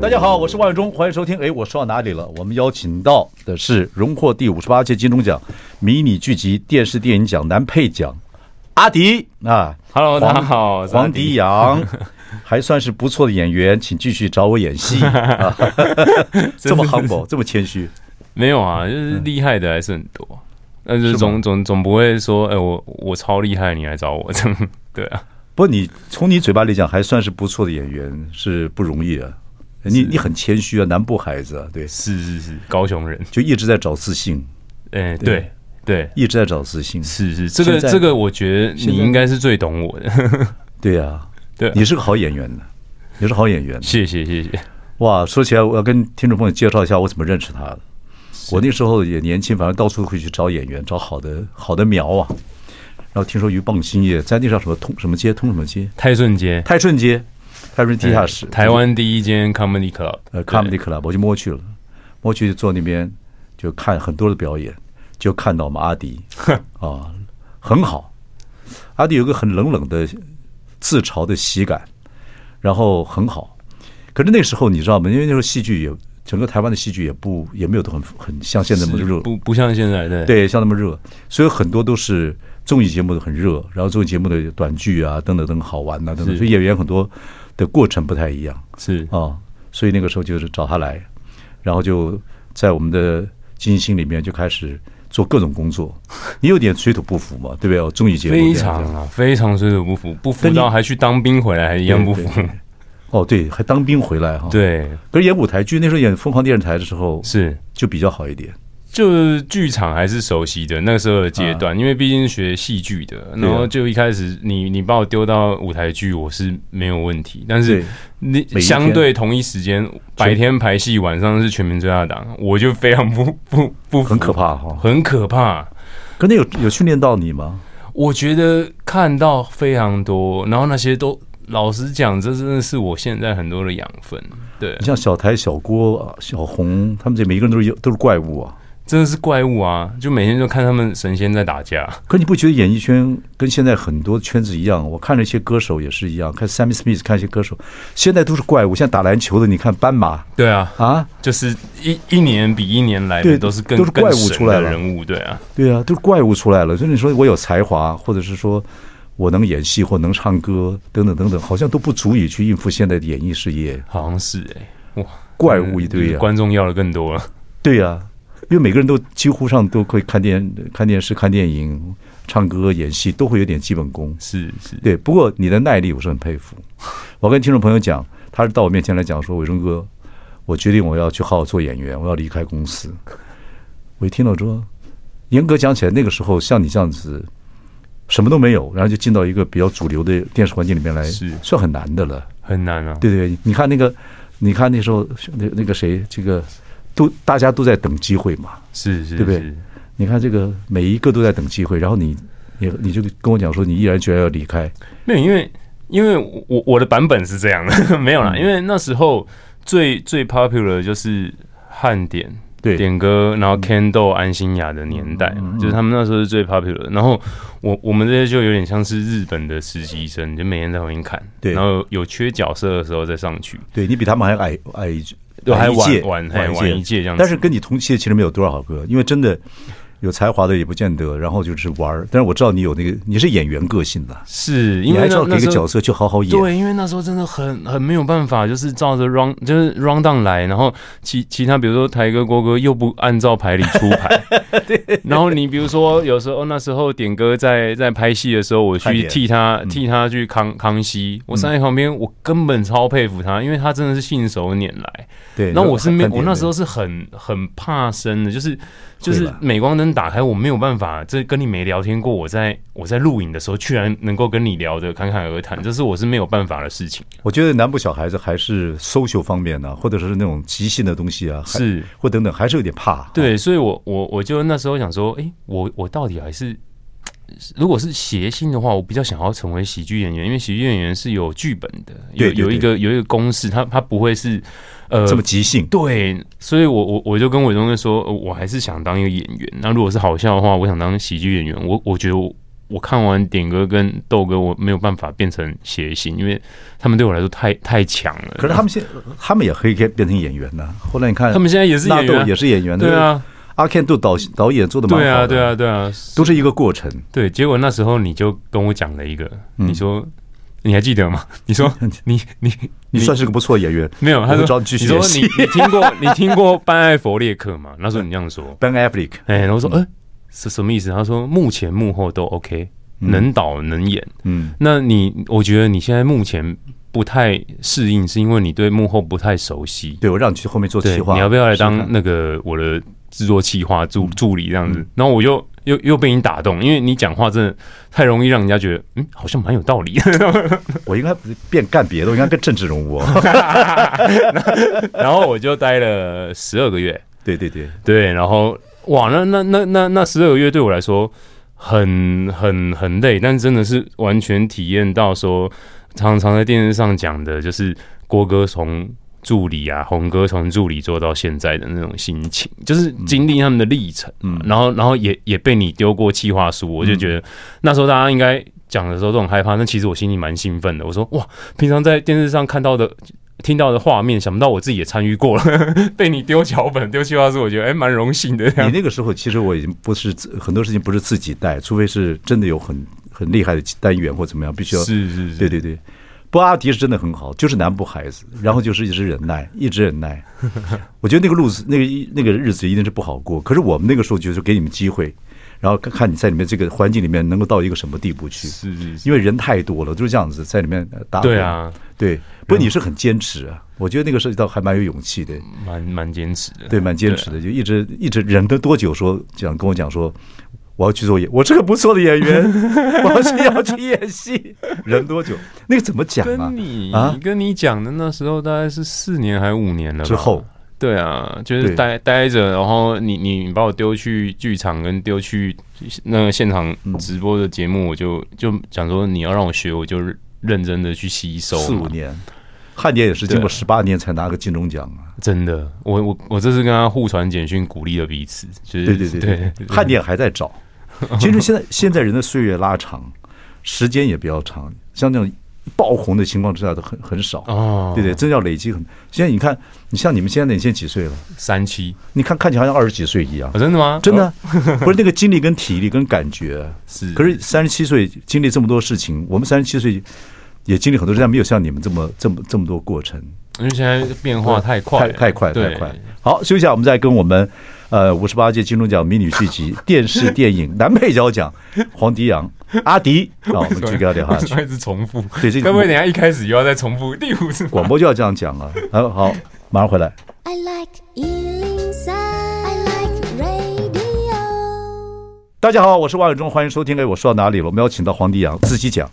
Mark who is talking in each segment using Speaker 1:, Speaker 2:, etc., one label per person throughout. Speaker 1: 大家好，我是万忠，欢迎收听。哎，我说到哪里了？我们邀请到的是荣获第五十八届金钟奖迷你剧集电视电影奖男配奖阿迪啊。
Speaker 2: Hello，
Speaker 1: 黄
Speaker 2: 大家哦好，我是
Speaker 1: 黄
Speaker 2: 阿
Speaker 1: 迪 阳还算是不错的演员，请继续找我演 戏。啊、这么 humble，这么谦虚，
Speaker 2: 没有啊，
Speaker 1: 嗯
Speaker 2: 就是厉害的还是很多，但是总总总不会说，哎、我我超厉害，你来找我， 这样对啊，
Speaker 1: 不过你从你嘴巴里讲，还算是不错的演员，是不容易啊。你你很谦虚啊，南部孩子啊，对，
Speaker 2: 是是是，高雄人，
Speaker 1: 就一直在找自信，对
Speaker 2: 哎、对对，
Speaker 1: 一直在找自信。
Speaker 2: 是是，这个
Speaker 1: 现在
Speaker 2: 这个，我觉得
Speaker 1: 现在
Speaker 2: 你应该是最懂我的，
Speaker 1: 对啊，
Speaker 2: 对啊
Speaker 1: 你是个好演员的，你是好演员。
Speaker 2: 谢谢谢谢，
Speaker 1: 哇，说起来，我要跟听众朋友介绍一下我怎么认识他的。我那时候也年轻，反正到处会去找演员，找好的好的苗啊。然后听说于蚌新业在那叫什么通什么街，通什么街，
Speaker 2: 泰顺街，
Speaker 1: 泰顺街，泰顺地下室，
Speaker 2: 哎台湾第一间 comedy club，
Speaker 1: 呃
Speaker 2: 对
Speaker 1: comedy club，我就摸去了，摸去就坐那边就看很多的表演，就看到我们阿迪啊，很好。阿迪有个很冷冷的自嘲的喜感，然后很好。可是那时候你知道吗？因为那时候戏剧也整个台湾的戏剧也不也没有都很很像现在那么
Speaker 2: 是
Speaker 1: 热，
Speaker 2: 不不像现在，对
Speaker 1: 对，像那么热，所以很多都是综艺节目的很热，然后综艺节目的短剧啊等等等好玩呐、等等，
Speaker 2: 是
Speaker 1: 所以演员很多的过程不太一样。
Speaker 2: 是
Speaker 1: 啊，所以那个时候就是找他来，然后就在我们的金星里面就开始做各种工 作。你有点水土不服嘛，对不对？综艺节目
Speaker 2: 非
Speaker 1: 这样
Speaker 2: 常啊，非常水土不服，不服
Speaker 1: 但你
Speaker 2: 到还去当兵回来，还一样不服，
Speaker 1: 哦，对，还当兵回来哈。，
Speaker 2: 对，
Speaker 1: 可是演舞台剧那时候演《疯狂电视台》的时候
Speaker 2: 是。
Speaker 1: 就比较好一点。
Speaker 2: 就是剧场还是熟悉的那个时候的阶段，
Speaker 1: 啊
Speaker 2: 因为毕竟是学戏剧的，然后就一开始你你把我丢到舞台剧，我是没有问题。但是
Speaker 1: 对
Speaker 2: 你
Speaker 1: 每一天
Speaker 2: 相对同一时间白天排戏，晚上是全民最 大档，我就非常不不不服
Speaker 1: 很可，怕哈。
Speaker 2: 很可怕。
Speaker 1: 可那有有训练到你吗？
Speaker 2: 我觉得看到非常多，然后那些都老实讲，这真的是我现在很多的养分。对
Speaker 1: 你，像小台、小郭、啊、小红，他们这每一个人都是都是怪物啊。
Speaker 2: 真的是怪物啊！就每天就看他们神仙在打架。
Speaker 1: 可你不觉得演艺圈跟现在很多圈子一样？我看了一些歌手也是一样，看 Sam Smith，看一些歌手，现在都是怪物。现在打篮球的，你看斑马
Speaker 2: 对啊，
Speaker 1: 啊，
Speaker 2: 就是一一年比一年来
Speaker 1: 对
Speaker 2: 的都是更
Speaker 1: 都是怪物
Speaker 2: 更神
Speaker 1: 出来
Speaker 2: 的
Speaker 1: 了
Speaker 2: 人物，对啊，
Speaker 1: 对啊，都是怪物出来了。所以你说我有才华，或者是说我能演戏或能唱歌等等等等，好像都不足以去应付现在的演艺事业，
Speaker 2: 好像是哎、哇，
Speaker 1: 怪物一堆
Speaker 2: 就是
Speaker 1: 啊。
Speaker 2: 观众要的更多了，
Speaker 1: 对呀、因为每个人都几乎上都会看电看电视、看电影、唱歌、演戏，都会有点基本功。
Speaker 2: 是是，
Speaker 1: 对，不过你的耐力我是很佩 服。我跟听众朋友讲，他是到我面前来讲说：“伟忠哥，我决定我要去好好做演员，我要离开公司。”我一听到说，严格讲起来，那个时候像你这样子，什么都没有，然后就进到一个比较主流的电视环境里面来，
Speaker 2: 是
Speaker 1: 算很难的了。
Speaker 2: 很难啊，
Speaker 1: 对对，你看那个，你看那时候那那个谁，这个都大家都在等机会嘛。
Speaker 2: 是是
Speaker 1: 对不对
Speaker 2: 是，
Speaker 1: 你看这个每一个都在等机会，然后你你你就跟我讲说，你毅然决然要离开。
Speaker 2: 没有，因为因为我我的版本是这样的， 没有
Speaker 1: 嗯
Speaker 2: 啦，因为那时候最最 popular 的就是汉典。
Speaker 1: 对嗯
Speaker 2: 点歌，然后 Ken 豆、安心雅的年代，就是他们那时候是最 popular 的。然后我我们这些就有点像是日本的实习生，就每天在旁边看，
Speaker 1: 对
Speaker 2: 然后有缺角色的时候再上去。
Speaker 1: 对你比他们还矮矮一届
Speaker 2: 对还
Speaker 1: 矮一届
Speaker 2: 晚晚嘿晚一届这样子
Speaker 1: 但是跟你同期的其实没有多少个，因为真的有才华的也不见得，然后就是玩儿。但是我知道你有那个，你是演员个性的，
Speaker 2: 是
Speaker 1: 你
Speaker 2: 因为
Speaker 1: 还知
Speaker 2: 那
Speaker 1: 道
Speaker 2: 那
Speaker 1: 给
Speaker 2: 时
Speaker 1: 个
Speaker 2: 候
Speaker 1: 角色去好好演。
Speaker 2: 对，因为那时候真的很很没有办法，就是照着 round 就是 round down 来，然后其其他比如说台哥、郭哥又不按照牌理出 牌，然后你比如说有时候哦那时候点歌在在拍戏的时候，我
Speaker 1: 快
Speaker 2: 去
Speaker 1: 点嗯
Speaker 2: 替他替他去康康熙，我站在旁边，我根本超佩服他，因为他真的是信手拈来。
Speaker 1: 对，
Speaker 2: 那我是没有，我那时候
Speaker 1: 是
Speaker 2: 是很很怕生的，就是就
Speaker 1: 会
Speaker 2: 是
Speaker 1: 吧
Speaker 2: 镁光灯真打开，我没有办法，这跟你没聊天过，我在我在录影的时候，居然能够跟你聊得侃侃而谈，这是我是没有办法的事情。
Speaker 1: 我觉得南部小孩子还是 social 方面呢、或者是那种即兴的东西啊，还
Speaker 2: 是
Speaker 1: 或等等，还是有点怕。啊
Speaker 2: 对，所以我我我就那时候想说，诶，我我到底还是，如果是谐星的话，我比较想要成为喜剧演员，因为喜剧演员是有剧本的，有
Speaker 1: 对对
Speaker 2: 有一个有一个公式，他他不会是呃
Speaker 1: 这么即兴，
Speaker 2: 对，所以我我我就跟伟忠哥说，呃我还是想当一个演员。那如果是好笑的话，我想当喜剧演员。我我觉得我我看完点哥跟豆哥，我没有办法变成谐星，因为他们对我来说太太强了。
Speaker 1: 可是他们现他们也可以变成演员呢、后来你看，
Speaker 2: 他们现在也是
Speaker 1: 纳
Speaker 2: 演
Speaker 1: 豆
Speaker 2: 员啊，
Speaker 1: 也是演员，
Speaker 2: 对啊，
Speaker 1: 不对，阿 Ken 都导导演做的蛮
Speaker 2: 对
Speaker 1: 好
Speaker 2: 啊，
Speaker 1: 的，
Speaker 2: 对啊，对啊，
Speaker 1: 都是一个过程。
Speaker 2: 对。结果那时候你就跟我讲了一个，
Speaker 1: 嗯
Speaker 2: 你说你还记得吗？ 你说你你
Speaker 1: 你算是个不错演员。
Speaker 2: 没有，
Speaker 1: 我
Speaker 2: 他
Speaker 1: 会
Speaker 2: 说
Speaker 1: 找你去
Speaker 2: 你
Speaker 1: 学
Speaker 2: 说
Speaker 1: 习
Speaker 2: 你你听过你听过班艾佛列克吗？那时候你这样说。
Speaker 1: Ben Affleck，
Speaker 2: 哎、然后
Speaker 1: 嗯
Speaker 2: 说，呃、是什么意思？他说幕前幕后都 OK，能导能演。
Speaker 1: 嗯，
Speaker 2: 那你，我觉得你现在目前不太适应，是因为你对幕后不太熟悉。
Speaker 1: 对我让你去后面做
Speaker 2: 对
Speaker 1: 企，划，
Speaker 2: 你要不要来
Speaker 1: 试试
Speaker 2: 当
Speaker 1: 看？嗯
Speaker 2: 那个我的制作企划助助理这样子？然后我又又又被你打动，因为你讲话真的太容易让人家觉得，嗯，好像蛮有道理的。
Speaker 1: 我应该不是变干别的，我应该变政治人物。哦
Speaker 2: 然后我就待了十二个月，
Speaker 1: 对对对，
Speaker 2: 对，然后哇，那那那那那十二个月对我来说很很很累，但真的是完全体验到说，常常在电视上讲的，就是郭哥从助理啊，红哥从助理做到现在的那种心情，就是经历他们的历程，嗯、然后然后也也被你丢过企划书，我就觉得、那时候大家应该讲的时候都很害怕，那其实我心里蛮兴奋的，我说哇，平常在电视上看到的。听到的画面，想不到我自己也参与过了， 被你丢脚本、丢计划书，我觉得哎，蛮荣幸的。这
Speaker 1: 你
Speaker 2: 样
Speaker 1: 那个时候其实我已经不是自很多事情不是自己带，除非是真的有很很厉害的单元或怎么样，必须要
Speaker 2: 是是是，
Speaker 1: 对对对，不过阿迪是真的很好，就是南部孩子，然后就是一直忍 耐，一直忍耐。 我觉得那个路子，那个那个日子一定是不好过。可是我们那个时候就是给你们机会，然后看看你在里面这个环境里面能够到一个什么地步去。
Speaker 2: 是是是，
Speaker 1: 因为人太多了，就是这样子在里面呃打。
Speaker 2: 对，啊，
Speaker 1: 对。不过你是很坚持啊，我觉得那个时候倒还蛮有勇气的，
Speaker 2: 蛮蛮坚持的。
Speaker 1: 对，蛮坚持的，就一直一直忍了多久说讲跟我讲说。我要去做演，我是个不错的演员， 我是要去演戏，忍多久？那个怎么讲啊？
Speaker 2: 跟你、
Speaker 1: 啊
Speaker 2: 跟你讲的那时候大概是四年还五年了吧
Speaker 1: 之后。
Speaker 2: 对啊，就是
Speaker 1: 对
Speaker 2: 待待着，然后你你你把我丢去剧场，跟丢去那个现场
Speaker 1: 嗯
Speaker 2: 直播的节目，我就就讲说你要让我学，我就认真的去吸收嘛。
Speaker 1: 四五年，汉典也是经过十八年才拿个金钟奖啊。
Speaker 2: 真的，我我我这次跟他互传简讯，鼓励了彼此，就是
Speaker 1: 对对对
Speaker 2: 对，
Speaker 1: 汉典还在找。其实现在现在人的岁月拉长，时间也比较长，像那种爆红的情况之下都很很少。
Speaker 2: 哦，
Speaker 1: 对对，真要累积很。现在你看，你像你们现在，你现在几岁了？
Speaker 2: 三期，
Speaker 1: 你看看起来好像二十几岁一样
Speaker 2: 哦，，真的吗？
Speaker 1: 真
Speaker 2: 哦
Speaker 1: 的啊不是那个精力跟体力跟感觉。
Speaker 2: 是，
Speaker 1: 可是三十七岁经历这么多事情，我们三十七岁也经历很多，但没有像你们这么这么这么多过程。
Speaker 2: 因为现在变化太快
Speaker 1: 太
Speaker 2: 了，
Speaker 1: 太快太
Speaker 2: 对
Speaker 1: 快。好，休息一下，我们再跟我们呃五十八届金钟奖迷女剧集电视电影男配角奖黄迪 阳阿迪啊，我们继续跟他聊下
Speaker 2: 为
Speaker 1: 去
Speaker 2: 什。么一直重复？
Speaker 1: 对这个
Speaker 2: 该不会等一下一开始又要再重复第五次？
Speaker 1: 广播就要这样讲啊。好好，马上回来。
Speaker 3: I like Ealing Sound. I like radio.
Speaker 1: 大家好，我是王永忠，欢迎收听。哎，我说到哪里了？我们邀请到黄迪阳自己讲。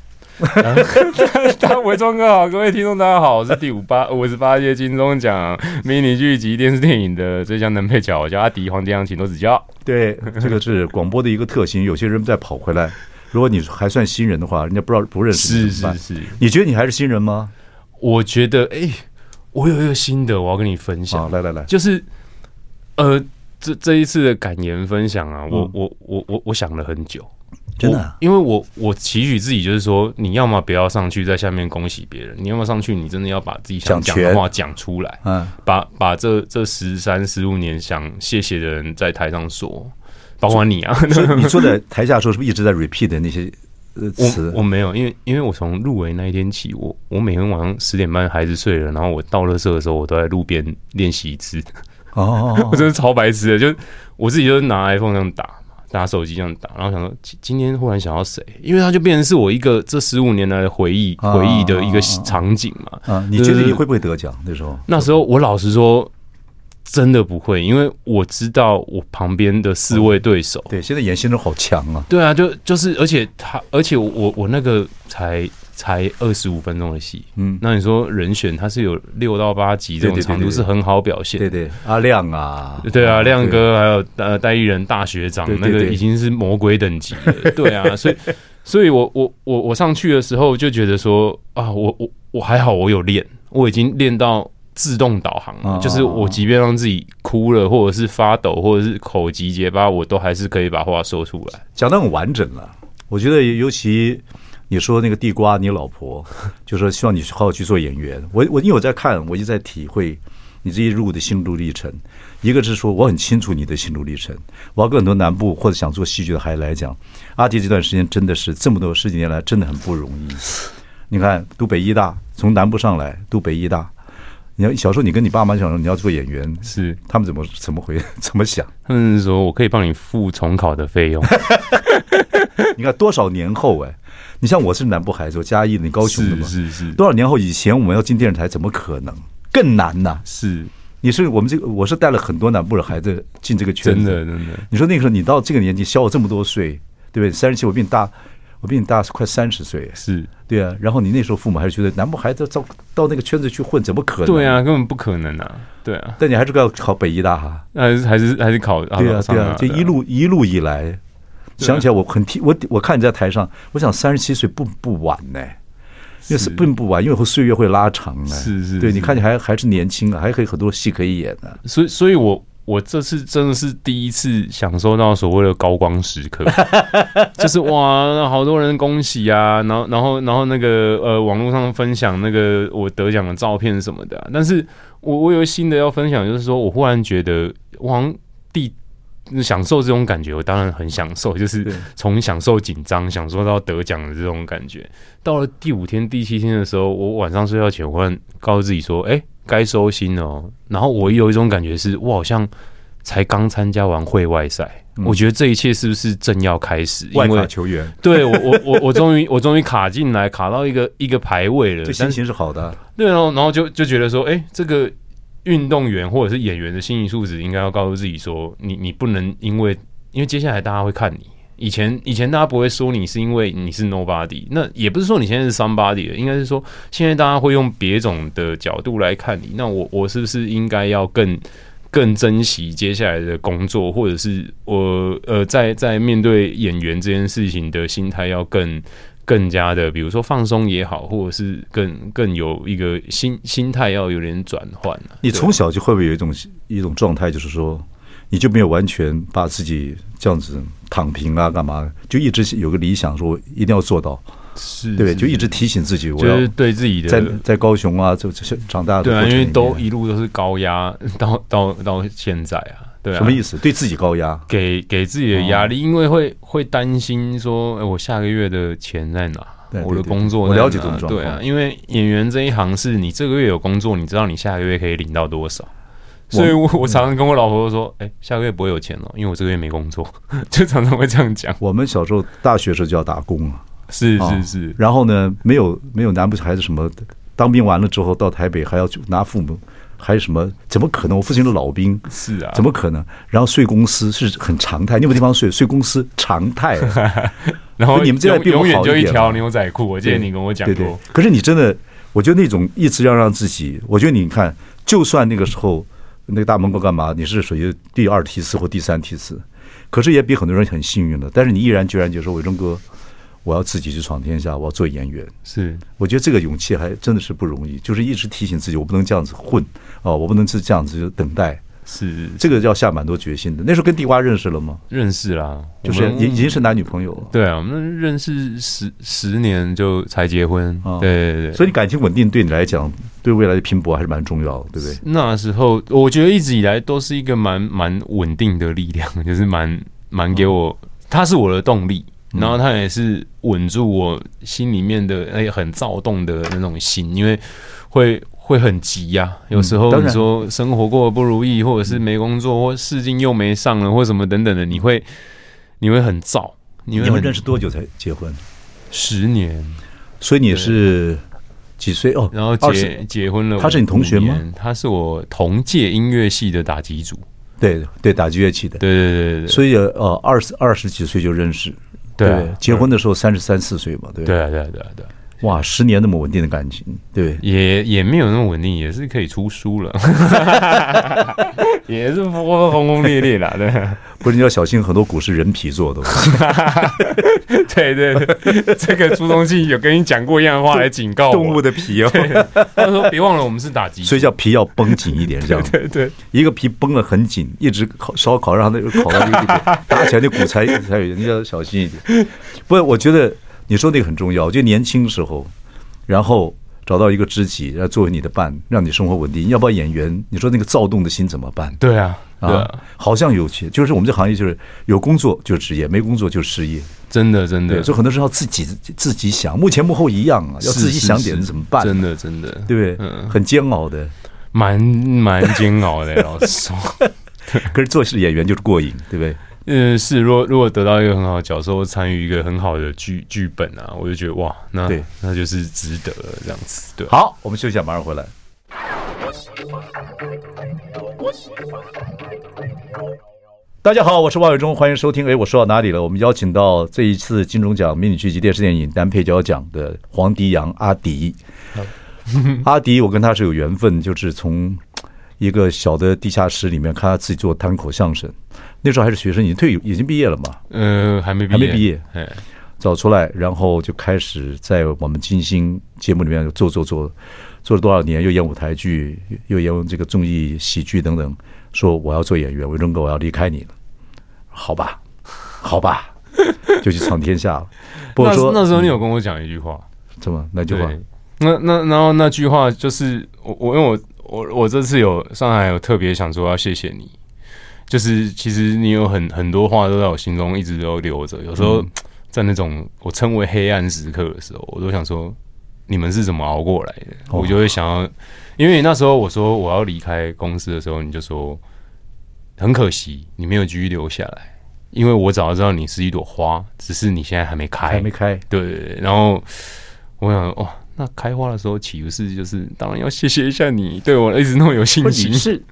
Speaker 2: 大伟忠哥好，各位听众大家好，我是第五八五十八届金钟奖迷你剧集电视电影的最佳男配角，我叫阿迪黄天阳，请多指教。
Speaker 1: 对，这个是广播的一个特性。有些人再跑回来，如果你还算新人的话，人家不知道不认识你
Speaker 2: 是
Speaker 1: 怎么
Speaker 2: 是
Speaker 1: 办。
Speaker 2: 是，
Speaker 1: 你觉得你还是新人吗？
Speaker 2: 我觉得哎、我有一个新的，我要跟你分享
Speaker 1: 啊，。来来来，
Speaker 2: 就是呃，这这一次的感言分享啊，我、
Speaker 1: 嗯
Speaker 2: 我我我我想了很久，
Speaker 1: 真的啊
Speaker 2: 我因为我我期许自己就是说，你要么不要上去在下面恭喜别人，你要么上去，你真的要把自己
Speaker 1: 讲
Speaker 2: 想讲
Speaker 1: 全
Speaker 2: 的话讲出来，
Speaker 1: 嗯，
Speaker 2: 把把这这十三十五年想谢谢的人在台上说，包括你啊，
Speaker 1: 所以你坐在台下的时候，是不是一直在 repeat 的那些呃词
Speaker 2: 我？我没有，因为因为我从入围那一天起，我我每天晚上十点半孩子睡了，然后我到乐社的时候，我都在路边练习一次。
Speaker 1: 哦，
Speaker 2: 我真是超白痴的，就是我自己就是拿 iPhone 这样打嘛，拿手机这样打，然后想说今今天忽然想到谁，因为它就变成是我一个这十五年来的回忆
Speaker 1: 啊
Speaker 2: 回忆的一
Speaker 1: 啊
Speaker 2: 个
Speaker 1: 啊
Speaker 2: 场景嘛。
Speaker 1: 啊，你觉得
Speaker 2: 对
Speaker 1: 你会不会得奖？那时候
Speaker 2: 那时候我老实说，真的不会，因为我知道我旁边的四位对手。
Speaker 1: 对，现在演戏人好强啊，
Speaker 2: 对啊，就就是，而且他，而且我我我那个才才二十五分钟的戏，
Speaker 1: 嗯，
Speaker 2: 那你说人选他是有六到八集这种
Speaker 1: 对对对
Speaker 2: 长度
Speaker 1: 对对
Speaker 2: 是很好表现，
Speaker 1: 对对，阿亮啊，
Speaker 2: 对啊，亮哥还有呃戴艺人大学长
Speaker 1: 对，对
Speaker 2: 那个
Speaker 1: 对
Speaker 2: 已经是魔鬼等级 了。对啊，所以所以我我我我上去的时候就觉得说啊，我我我还好，我有练，我已经练到自动导航了，
Speaker 1: 啊
Speaker 2: 就是我即便让自己哭了，或者是发抖，或者是口急结巴，我都还是可以把话说出来。
Speaker 1: 讲的很完整了。我觉得尤其你说那个地瓜，你老婆就说希望你好好去做演员。我我因为我在看，我就在体会你这一路的心路历程。一个是说我很清楚你的心路历程，我要跟很多南部或者想做戏剧的孩子来讲，阿迪这段时间真的是这么多十几年来真的很不容易。你看读北医大，从南部上来读北医大，你要小时候你跟你爸妈讲说你要做演员，
Speaker 2: 是，
Speaker 1: 他们怎么怎么回怎么想？
Speaker 2: 他们是说我可以帮你付重考的费用，
Speaker 1: 你看多少年后哎，你像我是南部孩子，我嘉义的，你高雄的
Speaker 2: 是
Speaker 1: 嘛，
Speaker 2: 是是
Speaker 1: 多少年后以前我们要进电视台，怎么可能？更难呐、
Speaker 2: 是，
Speaker 1: 你是我们这个，我是带了很多南部的孩子进这个圈
Speaker 2: 真
Speaker 1: 子。
Speaker 2: 的真的
Speaker 1: 你说那个时候你到这个年纪，小我这么多岁，对不对？三十七，我比你大，我比你大快三十岁，
Speaker 2: 是。
Speaker 1: 对啊。然后你那时候父母还是觉得南部孩子到到那个圈子去混，怎么可能？
Speaker 2: 对，啊，根本不可能啊！对啊，
Speaker 1: 但你还是要考北医大哈、
Speaker 2: 还是还是还是考
Speaker 1: 对啊，
Speaker 2: 上
Speaker 1: 对啊，这一路一路以来，
Speaker 2: 对啊
Speaker 1: 想起来我很替我我看你在台上，我想三十七岁不不晚呢、因为
Speaker 2: 是
Speaker 1: 是并不晚，因为会岁月会拉长呢、
Speaker 2: 是是
Speaker 1: 对
Speaker 2: 是
Speaker 1: 你看你还还是年轻啊，还可以很多戏可以演呢、
Speaker 2: 所以所以我我这次真的是第一次享受到所谓的高光时刻， 就是哇，好多人恭喜啊，然后然后然后那个呃，网络上分享那个我得奖的照片什么的啊、但是我我有新的要分享，就是说我忽然觉得我好像第。享受这种感觉，我当然很享受，就是
Speaker 1: 对
Speaker 2: 从享受紧张，享受到得奖的这种感觉。到了第五天、第七天的时候，我晚上睡觉前，我忽然告诉自己说：“哎、该收心了哦。”然后我有一种感觉是，我好像才刚参加完会外赛，
Speaker 1: 嗯
Speaker 2: 我觉得这一切是不是正要开始？因
Speaker 1: 外卡
Speaker 2: 为
Speaker 1: 球员，
Speaker 2: 对我我 我我终于我终于卡进来，卡到一个一个排位了
Speaker 1: 这，心
Speaker 2: 但是
Speaker 1: 情是好的啊。
Speaker 2: 对哦，然后就就觉得说，哎，这个运动员或者是演员的心理素质，应该要告诉自己说，你你不能因为因为接下来大家会看你。以前以前大家不会说你是因为你是 nobody，那也不是说你现在是 somebody 了，应该是说现在大家会用别种的角度来看你。那我我是不是应该要更更珍惜接下来的工作，或者是我呃在在面对演员这件事情的心态要更更加的，比如说放松也好，或者是更更有一个心心态要有点转换啊、
Speaker 1: 你
Speaker 2: 对
Speaker 1: 从小就会不会有一种一种状态，就是说，你就没有完全把自己这样子躺平啊，干嘛？就一直有个理想，说一定要做到，
Speaker 2: 是
Speaker 1: 对不对？
Speaker 2: 是
Speaker 1: 就一直提醒自己，我
Speaker 2: 就
Speaker 1: 要
Speaker 2: 是对自己的
Speaker 1: 在在高雄啊，就就长大的
Speaker 2: 对啊，
Speaker 1: 过
Speaker 2: 因
Speaker 1: 程
Speaker 2: 为
Speaker 1: 里
Speaker 2: 都
Speaker 1: 面
Speaker 2: 一路都是高压 到到到现在啊，对啊，
Speaker 1: 什么意思？哦对自己高压。
Speaker 2: 给给自己的压力，因为会会担心说，哎，我下个月的钱在哪？
Speaker 1: 对对
Speaker 2: 我的
Speaker 1: 对
Speaker 2: 工作
Speaker 1: 我
Speaker 2: 在
Speaker 1: 了解
Speaker 2: 哪
Speaker 1: 这种状
Speaker 2: 对啊，
Speaker 1: 况
Speaker 2: 因为演员这一行是你这个月有工作，你知道你下个月可以领到多少。所以我，我常常跟我老婆说：“哎、下个月不会有钱哦，因为我这个月没工作。” 就常常会这样讲。
Speaker 1: 我们小时候大学时候就要打工啊，
Speaker 2: 是
Speaker 1: 啊
Speaker 2: 是是，
Speaker 1: 然后呢，没有没有南部孩子什么，当兵完了之后到台北还要去拿父母，还有什么？怎么可能？我父亲是老兵，
Speaker 2: 是啊，
Speaker 1: 怎么可能？然后睡公司是很常态，你有没有地方睡？睡公司常态，啊
Speaker 2: 然后
Speaker 1: 你们这代
Speaker 2: 永
Speaker 1: 比我
Speaker 2: 永远
Speaker 1: 好
Speaker 2: 就
Speaker 1: 一
Speaker 2: 一
Speaker 1: 点
Speaker 2: 条
Speaker 1: 嘛
Speaker 2: 牛仔裤，我记得你跟我讲
Speaker 1: 对
Speaker 2: 过。
Speaker 1: 对。可是你真的，我觉得那种一直要让自己，我觉得你看，就算那个时候那个大门口干嘛，你是属于第二梯次或第三梯次，可是也比很多人很幸运了。但是你毅然决然就说：“伟忠哥，我要自己去闯天下，我要做演员。”
Speaker 2: 是
Speaker 1: 我觉得这个勇气还真的是不容易，就是一直提醒自己，我不能这样子混哦，我不能是这样子就等待，
Speaker 2: 是
Speaker 1: 这个要下蛮多决心的。那时候跟地瓜认识了吗？
Speaker 2: 认识啦，
Speaker 1: 就是
Speaker 2: 我们
Speaker 1: 已已经是男女朋友了，
Speaker 2: 对啊，我们认识十十年就才结婚，
Speaker 1: 哦
Speaker 2: 对对对，
Speaker 1: 所以你感情稳定对你来讲，对未来的拼搏还是蛮重要的，对不对？
Speaker 2: 那时候我觉得一直以来都是一个蛮蛮稳定的力量， 就是蛮蛮给我，它是我的动力，
Speaker 1: 哦嗯
Speaker 2: 然后它也是稳住我心里面的那个很躁动的那种心，因为会会很急呀、有时
Speaker 1: 嗯
Speaker 2: 候
Speaker 1: 当
Speaker 2: 你
Speaker 1: 然
Speaker 2: 说生活过得不如意，或者是没工作，或试镜又没上了，或什么等等的，你会你会很躁，你
Speaker 1: 你
Speaker 2: 会
Speaker 1: 们
Speaker 2: 很
Speaker 1: 认识多久才结婚？
Speaker 2: 十年，
Speaker 1: 所以你是几岁哦，
Speaker 2: 然后
Speaker 1: 二
Speaker 2: 结
Speaker 1: 十，
Speaker 2: 结婚了。
Speaker 1: 他是你同学吗？
Speaker 2: 他是我同届音乐系的打击组。
Speaker 1: 对对，打击乐器的，
Speaker 2: 对对对对对，
Speaker 1: 所以呃，二十二十几岁就认识，
Speaker 2: 对啊
Speaker 1: 不结婚的时候三十三四岁嘛，对不
Speaker 2: 对啊对啊对啊对啊，
Speaker 1: 哇，十年那么稳定的感情，对不对，
Speaker 2: 也也没有那么稳定，也是可以出 书了，也是波轰轰烈烈啦，对
Speaker 1: 不是你要小心，很多股是人皮做的，
Speaker 2: 对对 对，这个朱宗庆有跟你讲过一样的话来警告
Speaker 1: 动物
Speaker 2: 我，
Speaker 1: 的 皮哦，
Speaker 2: 他说别忘了我们是打击，
Speaker 1: 所以叫皮要绷紧一点，这样
Speaker 2: 对对
Speaker 1: 一个皮绷了很紧，一直烤烧烤，让它烤到这个地步，打起来那骨才才有，你要小心一点。不，我觉得你说那个很重要。我觉得年轻时候，然后找到一个知己，然后作为你的伴，让你生活稳定。要不然演员，你说那个躁动的心怎么办？
Speaker 2: 对啊对
Speaker 1: 啊
Speaker 2: 啊，，
Speaker 1: 好像有些就是我们这行业就是有工作就职业，没工作就失业。
Speaker 2: 真的真的
Speaker 1: 对，，所以很多时候要自己自己想，幕前幕后一样啊，要
Speaker 2: 是
Speaker 1: 自己
Speaker 2: 是
Speaker 1: 想
Speaker 2: 是
Speaker 1: 点子怎么办？啊
Speaker 2: 真的真的，
Speaker 1: 对不对？
Speaker 2: 嗯
Speaker 1: 很煎熬的，
Speaker 2: 蛮蛮煎熬的，老实说。
Speaker 1: 可是做是演员就是过瘾，对不对？
Speaker 2: 嗯，是，如果如果得到一个很好的角色，或参与一个很好的剧剧本啊，我就觉得哇，那
Speaker 1: 对
Speaker 2: 那就是值得了这样子，对啊，
Speaker 1: 好，我们休息一下，马上回来。大家好，我是王伟忠，欢迎收听。哎，我说到哪里了？我们邀请到这一次金钟奖迷你剧集电视电影男配角奖的黄迪阳阿迪。阿迪，我跟他是有缘分，就是从一个小的地下室里面看他自己做单口相声。那时候还是学生，已经退已经毕业了嘛，
Speaker 2: 呃，还没毕业，
Speaker 1: 还没毕业，
Speaker 2: 哎，
Speaker 1: 找出来，然后就开始在我们金星节目里面做做做，做了多少年，又演舞台剧，又演这个综艺喜剧等等，说我要做演员，文忠哥，我要离开你了，好吧，好吧， 就去闯天下了。不过
Speaker 2: 那
Speaker 1: 说
Speaker 2: 那时候你有跟我讲一句话，
Speaker 1: 怎么那句
Speaker 2: 对
Speaker 1: 话，
Speaker 2: 那那然后那句话就是我我因为我我我这次有上海有特别想说要谢谢你，就是其实你有很很多话都在我心中一直都留着，有时
Speaker 1: 嗯
Speaker 2: 候在那种我称为黑暗时刻的时候，我都想说你们是怎么熬过来的，
Speaker 1: 哦
Speaker 2: 我就会想要，因为那时候我说我要离开公司的时候，你就说很可惜你没有继续留下来。因为我早就知道你是一朵花，只是你现在还没开，
Speaker 1: 还没开，
Speaker 2: 对对对，然后我想，哇、那开花的时候岂不是就是当然要谢谢一下你对我一直那么有信
Speaker 1: 不是
Speaker 2: 心
Speaker 1: 你？是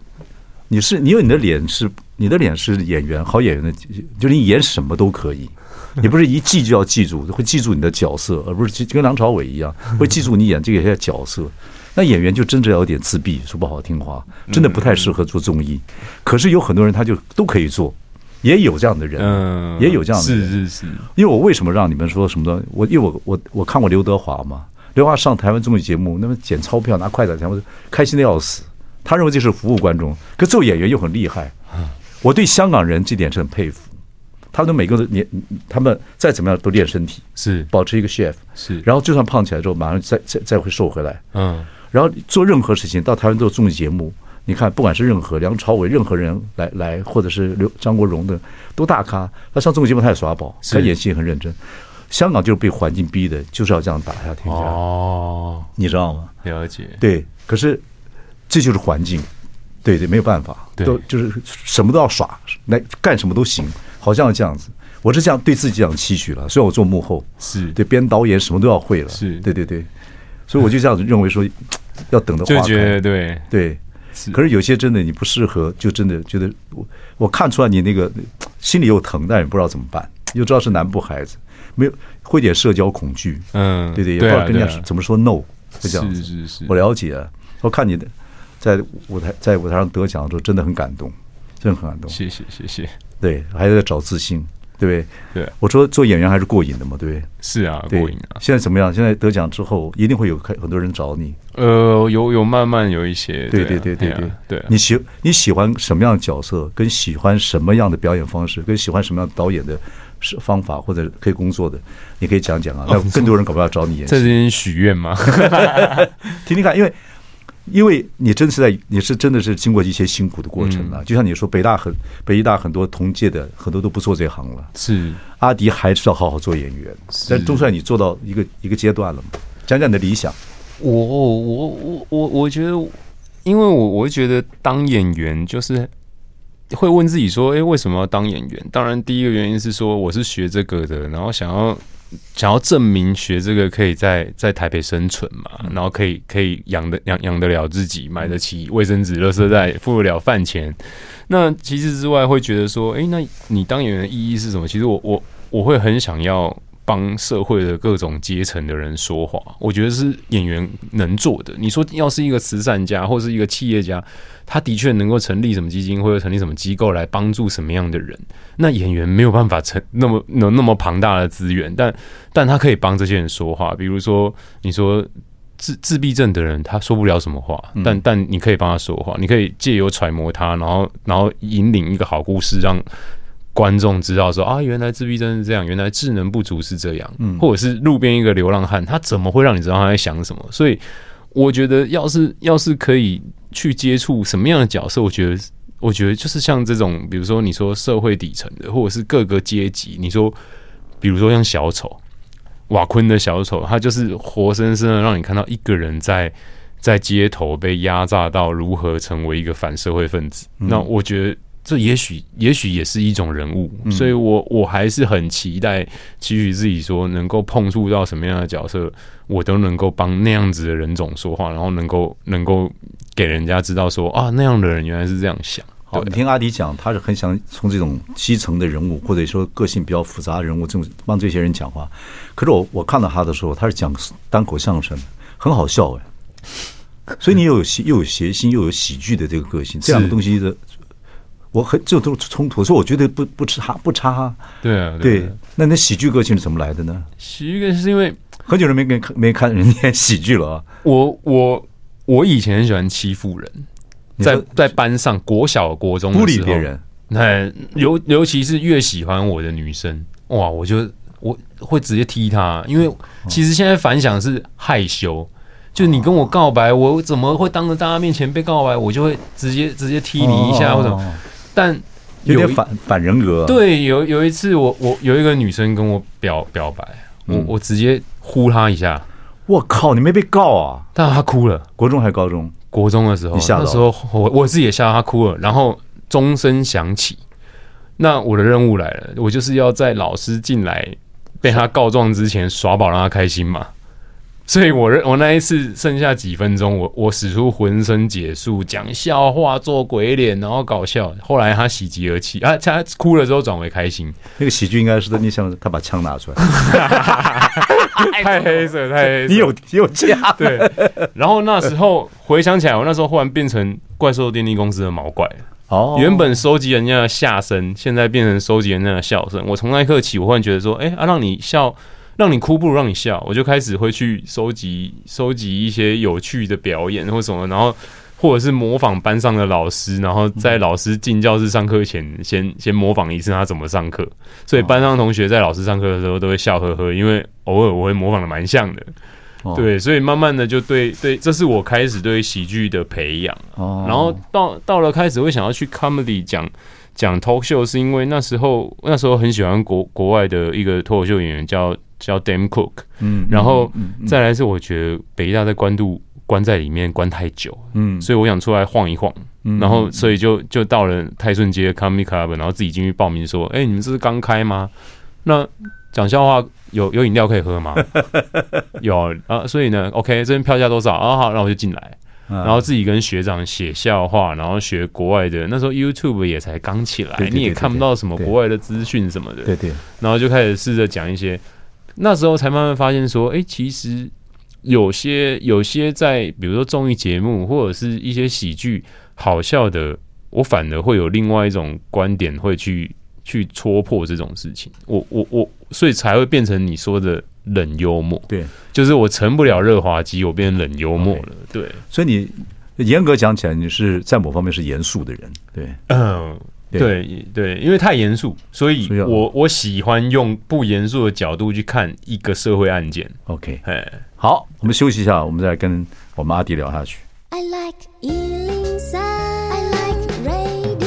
Speaker 1: 你是你有你的脸是你的脸是演员好演员的，就是你演什么都可以，你不是一记就要记住，会记住你的角色，而不是记跟梁朝伟一样会记住你演这个角色。那演员就真正要有点自闭，说不好听话，真的不太适合做综艺。可是有很多人他就都可以做，也有这样的人，
Speaker 2: 嗯，
Speaker 1: 也有这样的人
Speaker 2: 是是是，
Speaker 1: 因为我为什么让你们说什么呢？我因为我我我看过刘德华嘛，刘德华上台湾综艺节目，那么捡钞票拿筷子钱，我就开心的要死。他认为这是服务观众，可做演员又很厉害。我对香港人这点是很佩服，他们每个人都练，他们再怎么样都练身体，
Speaker 2: 是
Speaker 1: 保持一个 chef，
Speaker 2: 是
Speaker 1: 然后就算胖起来之后，马上再再再会瘦回来。
Speaker 2: 嗯，
Speaker 1: 然后做任何事情，到台湾做综艺节目，你看，不管是任何梁朝伟、任何人来来，或者是刘张国荣的，都大咖。他上综艺节目他也耍宝，
Speaker 2: 是
Speaker 1: 他演戏也很认真。香港就是被环境逼的，就是要这样打下天下，
Speaker 2: 哦，
Speaker 1: 你知道吗？
Speaker 2: 了解，
Speaker 1: 对，可是这就是环境，对对，没有办法，
Speaker 2: 对
Speaker 1: 都就是什么都要耍，来干什么都行，好像这样子。我是这样对自己这样期许了，虽然我做幕后，
Speaker 2: 是
Speaker 1: 对编导演什么都要会了，
Speaker 2: 是
Speaker 1: 对对对，所以我就这样子认为说，要等着花
Speaker 2: 就
Speaker 1: 开
Speaker 2: 觉得对，
Speaker 1: 对
Speaker 2: 是，
Speaker 1: 可是有些真的你不适合，就真的觉得我我看出来你那个心里又疼，但也不知道怎么办，又知道是南部孩子，没有会点社交恐惧，
Speaker 2: 嗯，
Speaker 1: 对对，也不
Speaker 2: 对
Speaker 1: 知道
Speaker 2: 啊，
Speaker 1: 跟人
Speaker 2: 对
Speaker 1: 家
Speaker 2: 啊，
Speaker 1: 怎么说 no，会这样
Speaker 2: 是
Speaker 1: 子。
Speaker 2: 是是，
Speaker 1: 我了解，啊我看你的在舞台在舞台上得奖的时候，真的很感动，真的很感动。
Speaker 2: 谢谢谢谢，
Speaker 1: 对，还在找自信，对不对？
Speaker 2: 对
Speaker 1: 我说做演员还是过瘾的嘛，对不对？
Speaker 2: 是啊，
Speaker 1: 对
Speaker 2: 过瘾啊，
Speaker 1: 现在怎么样？现在得奖之后，一定会有开很多人找你。
Speaker 2: 呃，有有慢慢有一些，
Speaker 1: 对
Speaker 2: 对
Speaker 1: 对对
Speaker 2: 啊
Speaker 1: 对
Speaker 2: 啊
Speaker 1: 对
Speaker 2: 对啊，
Speaker 1: 你喜你喜欢什么样的角色，跟喜欢什么样的表演方式，跟喜欢什么样的导演的是方法或者可以工作的，你可以讲讲啊，那更多人搞不好要找你演
Speaker 2: 这
Speaker 1: 戏，
Speaker 2: 是你许愿吗？
Speaker 1: 听听看，因为。因为你真是在，你是真的是经过一些辛苦的过程啊，就像你说，北大很北医大很多同届的很多都不做这行了，
Speaker 2: 是
Speaker 1: 阿迪还是要好好做演员，但总算你做到一个一个阶段了嘛。讲讲你的理想，
Speaker 2: 我哦我我我我觉得，因为我我会觉得当演员就是会问自己说，诶，为什么要当演员？当然，第一个原因是说我是学这个的，然后想要想要证明学这个可以在在台北生存嘛，然后可以可以养得养养得了自己，买得起卫生纸、垃圾袋，付得了饭钱。那其实之外，会觉得说，诶，那你当演员的意义是什么？其实我我我会很想要帮社会的各种阶层的人说话，我觉得是演员能做的。你说要是一个慈善家或是一个企业家，他的确能够成立什么基金或者成立什么机构来帮助什么样的人，那演员没有办法成那么有那么庞大的资源，但但他可以帮这些人说话。比如说，你说自自闭症的人，他说不了什么话，但但你可以帮他说话，你可以借由揣摩他，然后然后引领一个好故事，让观众知道说啊，原来自闭症是这样，原来智能不足是这样，
Speaker 1: 嗯
Speaker 2: 或者是路边一个流浪汉，他怎么会让你知道他在想什么？所以我觉得，要是要是可以去接触什么样的角色，我觉得。我觉得就是像这种，比如说你说社会底层的，或者是各个阶级，你说，比如说像小丑，瓦昆的小丑，他就是活生生的让你看到一个人在在街头被压榨到如何成为一个反社会分子。那我觉得这也许也许也是一种人物，所以我我还是很期待，期许自己说能够碰触到什么样的角色，我都能够帮那样子的人种说话，然后能够能够给人家知道说啊，那样的人原来是这样想。
Speaker 1: 好，
Speaker 2: 对
Speaker 1: 你听阿迪讲，他是很想从这种基层的人物，或者说个性比较复杂的人物，这种帮这些人讲话。可是我我看到他的时候，他是讲单口相声，很好笑哎。所以你又有喜又有谐星，又有喜剧的这个个性，这两个
Speaker 2: 是
Speaker 1: 东西的，我很这都是冲突，所以我觉得不不差不差啊。
Speaker 2: 对啊，
Speaker 1: 对
Speaker 2: 啊，
Speaker 1: 那那喜剧个性是怎么来的呢？
Speaker 2: 其实一个是因为
Speaker 1: 很久都没跟没看人家演喜剧了啊。
Speaker 2: 我我我以前很喜欢欺负人，
Speaker 1: 你
Speaker 2: 在
Speaker 1: 说
Speaker 2: 在班上国小国中的
Speaker 1: 孤立
Speaker 2: 时候
Speaker 1: 别人，
Speaker 2: 那尤尤其是越喜欢我的女生，哇，我就我会直接踢她，因
Speaker 1: 哦
Speaker 2: 为其实现在反想是害羞。就你跟我告白，我怎么会当着大家面前被告白？我就会直接直接踢你一下，或者、
Speaker 1: 哦哦哦
Speaker 2: 但
Speaker 1: 有
Speaker 2: 一
Speaker 1: 点反反人格啊。
Speaker 2: 对，有有一次我我有一个女生跟我表表白，我、
Speaker 1: 嗯
Speaker 2: 我直接呼她一下，
Speaker 1: 我靠，你没被告啊？
Speaker 2: 但她哭了。
Speaker 1: 国中还是高中？
Speaker 2: 国中的时候，
Speaker 1: 你吓到
Speaker 2: 那时候我我自己也吓到他哭了，然后钟声响起，那我的任务来了，我就是要在老师进来被他告状之前耍宝让他开心嘛。所以我认我那一次剩下几分钟，我我使出浑身解数，讲笑话，做鬼脸，然后搞笑。后来他喜极而泣，啊，他哭了之后转为开心，
Speaker 1: 那个喜剧应该是他，你想他把枪拿出来，
Speaker 2: 太黑色，太黑色。
Speaker 1: 你有你有家，
Speaker 2: 对，然后那时候回想起来，我那时候忽然变成怪兽电力公司的毛怪了。
Speaker 1: 哦
Speaker 2: 原本收集人家的下身，现在变成收集人家的笑声。我从那一刻起，我忽然觉得说，哎、啊，让你笑，让你哭，不如让你笑。我就开始会去收集收集一些有趣的表演或什么，然后或者是模仿班上的老师，然后在老师进教室上课前，先先模仿一次他怎么上课。所以班上同学在老师上课的时候都会笑呵呵，因为偶尔我会模仿的蛮像的。
Speaker 1: 哦
Speaker 2: 对，所以慢慢的就对对，这是我开始对喜剧的培养。
Speaker 1: 哦
Speaker 2: 然后到到了开始会想要去 comedy 讲讲 talk show，是因为那时候那时候很喜欢国国外的一个脱口秀演员叫叫 Dam Cook，
Speaker 1: 嗯
Speaker 2: 然后
Speaker 1: 嗯嗯
Speaker 2: 再来是我觉得北大在关渡关在里面关太久，
Speaker 1: 嗯
Speaker 2: 所以我想出来晃一晃，
Speaker 1: 嗯
Speaker 2: 然后所以就就到了泰顺街 comedy club，然后自己进去报名说，哎、你们这是刚开吗？那讲笑话有有饮料可以 喝吗？有啊，所以呢，OK，这边票价多少啊？好，那我就进来。
Speaker 1: 然
Speaker 2: 然后自己跟学长写笑话，然后学国外的。那时候 YouTube 也才刚起来
Speaker 1: 对，对
Speaker 2: 你也
Speaker 1: 对对
Speaker 2: 看不到什么
Speaker 1: 对
Speaker 2: 国外的资讯什么的
Speaker 1: 对，对，
Speaker 2: 然后就开始试着讲一些。那时候才慢慢发现说，哎，其实有些有些在比如说综艺节目或者是一些喜剧好笑的，我反而会有另外一种观点会去去戳破这种事情。我我我，所以才会变成你说的冷幽默，
Speaker 1: 对，
Speaker 2: 就是我成不了热滑稽，我变成冷幽默
Speaker 1: OK
Speaker 2: 了。对。
Speaker 1: 所以你严格讲起来，你是在某方面是严肃的人，对，
Speaker 2: 嗯，
Speaker 1: 对
Speaker 2: 对对，因为太严肃，所以
Speaker 1: 所以要
Speaker 2: 我我喜欢用不严肃的角度去看一个社会案件。
Speaker 1: ，OK，
Speaker 2: 哎，
Speaker 1: 好，我们休息一下，我们再跟我们阿迪聊下去。
Speaker 3: I like Ealing Sound. I like radio.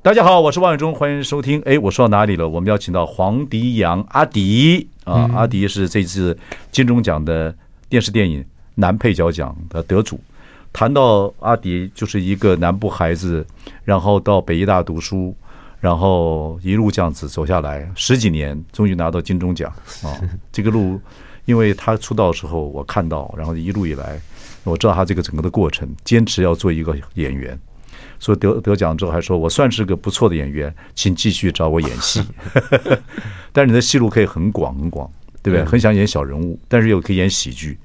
Speaker 1: 大家好，我是王永忠，欢迎收听。哎，我说到哪里了？我们邀请到黄迪阳阿迪啊，阿迪是这次金钟奖的电视电影男配角奖的得主。谈到阿迪，就是一个南部孩子，然后到北医大读书，然后一路这样子走下来，十几年，终于拿到金钟奖啊！这个路，因为他出道的时候我看到，然后一路以来，我知道他这个整个的过程，坚持要做一个演员。所以得得奖之后还说，我算是个不错的演员，请继续找我演戏。 但是你的戏路可以很广很广，对不对？
Speaker 2: 嗯
Speaker 1: 很想演小人物，但是又可以演喜剧。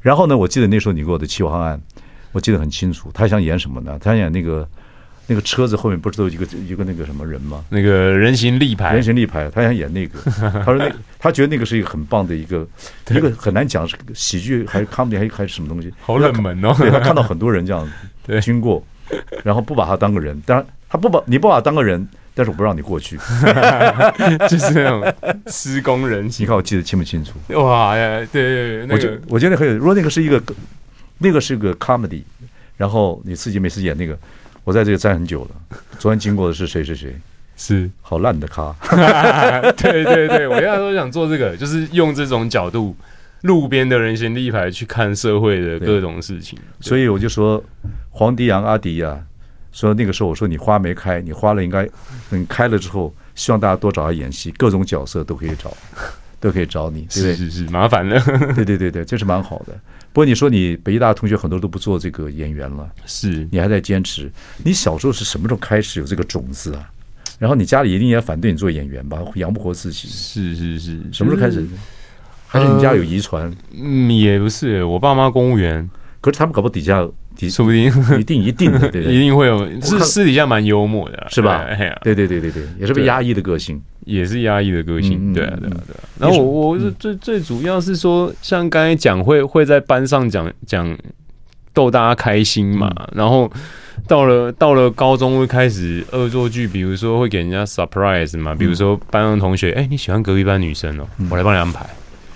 Speaker 1: 然后呢，我记得那时候你给我的企划案，我记得很清楚。他想演什么呢？他想演那个那个车子后面不是都有一个一个那个什么人吗？
Speaker 2: 那个人形立牌
Speaker 1: 人，形立牌，他想演那个。他说那个，他觉得那个是一个很棒的一个一个很难讲是喜剧还是 comedy 还是还是什么东西。
Speaker 2: 好冷门哦。
Speaker 1: 对他看到很多人这样
Speaker 2: 对
Speaker 1: 经过，然后不把他当个人，当然他不把你不把他当个人，但是我不让你过去。
Speaker 2: 就是那种施工人
Speaker 1: 你
Speaker 2: 形。
Speaker 1: 看我记得清不清楚？
Speaker 2: 哇，哎对，那
Speaker 1: 我觉
Speaker 2: 个
Speaker 1: 我觉得很有，如果那个是一个那个是个 comedy，然后你自己每次演那个，我在这个站很久了。昨天经过的是谁谁谁，
Speaker 2: 是，
Speaker 1: 好烂的咖，
Speaker 2: 对对对，我那时候想做这个，就是用这种角度，路边的人形立牌去看社会的各种事情。
Speaker 1: 所以我就说黄迪阳阿迪呀、啊说那个时候我说你花没开，你花了应该等开了之后，希望大家多找他演戏，各种角色都可以找，都可以找你，对不
Speaker 2: 是
Speaker 1: 对？
Speaker 2: 是是，麻烦了。
Speaker 1: 对对对对，这是蛮好的。不过你说你北医大的同学很多都不做这个演员了，
Speaker 2: 是，
Speaker 1: 你还在坚持。你小时候是什么时候开始有这个种子啊？然后你家里一定也反对你做演员吧，养不活自己。
Speaker 2: 是是是，
Speaker 1: 什么时候开始
Speaker 2: 就是？？
Speaker 1: 还是你家有遗传？
Speaker 2: 嗯，也不是，我爸妈公务员，
Speaker 1: 可是他们搞不好底下底
Speaker 2: 说不定
Speaker 1: 一定一定的，对不
Speaker 2: 一
Speaker 1: 对？
Speaker 2: 定会有，
Speaker 1: 我
Speaker 2: 是
Speaker 1: 看
Speaker 2: 私底下蛮幽默的啦，
Speaker 1: 是吧
Speaker 2: 对哎呀，
Speaker 1: 对对对对对，也是被压抑的个性。
Speaker 2: 也是压抑的个性，
Speaker 1: 嗯嗯
Speaker 2: 对啊，对
Speaker 1: 嗯
Speaker 2: 啊，对啊。然后
Speaker 1: 你
Speaker 2: 我我是最最主要是说，像刚才讲会会在班上讲讲逗大家开心嘛，
Speaker 1: 嗯
Speaker 2: 然后到了到了高中会开始恶作剧，比如说会给人家 surprise
Speaker 1: 嗯
Speaker 2: 嘛，比如说班上同学，哎、你喜欢隔壁班女生哦、我来帮你安排。